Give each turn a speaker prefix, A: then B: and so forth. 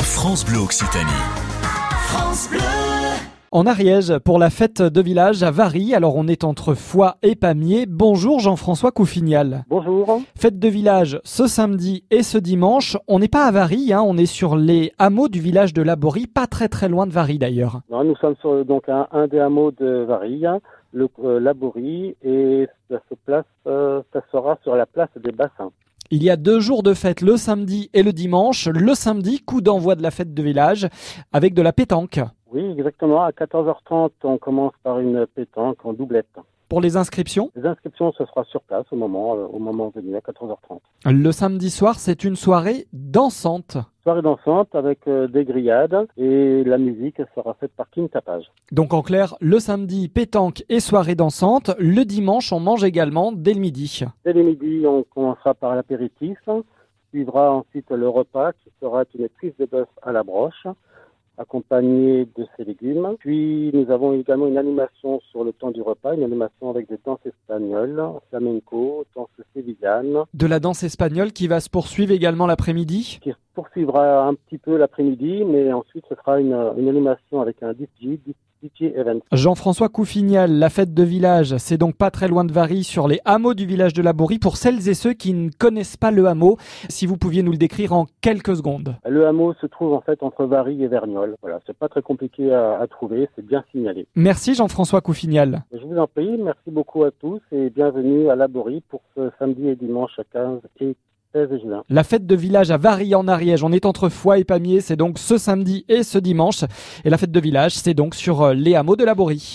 A: France Bleu Occitanie. France Bleu.
B: En Ariège, pour la fête de village à Varie, alors on est entre Foix et Pamiers. Bonjour Jean-François Coufignal.
C: Bonjour.
B: Fête de village ce samedi et ce dimanche. On n'est pas à Varie, hein, on est sur les hameaux du village de Laborie, pas très très loin de Varie d'ailleurs.
C: Alors, nous sommes sur, donc à un des hameaux de Varie, le euh, Laborie, et ça se place, euh, ça sera sur la place des bassins.
B: Il y a deux jours de fête, le samedi et le dimanche. Le samedi, coup d'envoi de la fête de village avec de la pétanque.
C: Oui, exactement. À 14h30, on commence par une pétanque en doublette.
B: Pour les inscriptions,
C: Les inscriptions, ce sera sur place au moment, euh, au moment venu, à 14h30.
B: le samedi soir, c'est une soirée dansante.
C: Soirée dansante avec euh, des grillades et la musique sera faite par Kim Tapage.
B: Donc en clair, le samedi, pétanque et soirée dansante. Le dimanche, on mange également dès le midi.
C: Dès le midi, on commencera par l'apéritif, suivra ensuite le repas qui sera une cuisse de bœuf à la broche accompagnée de ses légumes. Puis nous avons également une animation sur le temps du repas, une animation avec des danses espagnoles, flamenco, danse sévillane,
B: De la danse espagnole qui va se poursuivre également l'après-midi.
C: qui poursuivra un petit peu l'après-midi, mais ensuite ce sera une, une animation avec un DJ, DJ event.
B: Jean-François Coufignal, la fête de village, c'est donc pas très loin de Varie, sur les hameaux du village de Laborie. Pour celles et ceux qui ne connaissent pas le hameau, si vous pouviez nous le décrire en quelques secondes.
C: Le hameau se trouve en fait entre Varie et Vergnolles. Voilà, c'est pas très compliqué à- à trouver, c'est bien signalé.
B: Merci Jean-François Coufignal.
C: Je vous en prie, merci beaucoup à tous et bienvenue à Laborie pour ce samedi et dimanche à 15 et 16 juin.
B: La fête de village à Varie en Ariège, on est entre Foix et Pamiers, c'est donc ce samedi et ce dimanche. Et la fête de village, c'est donc sur euh, les hameaux de Laborie.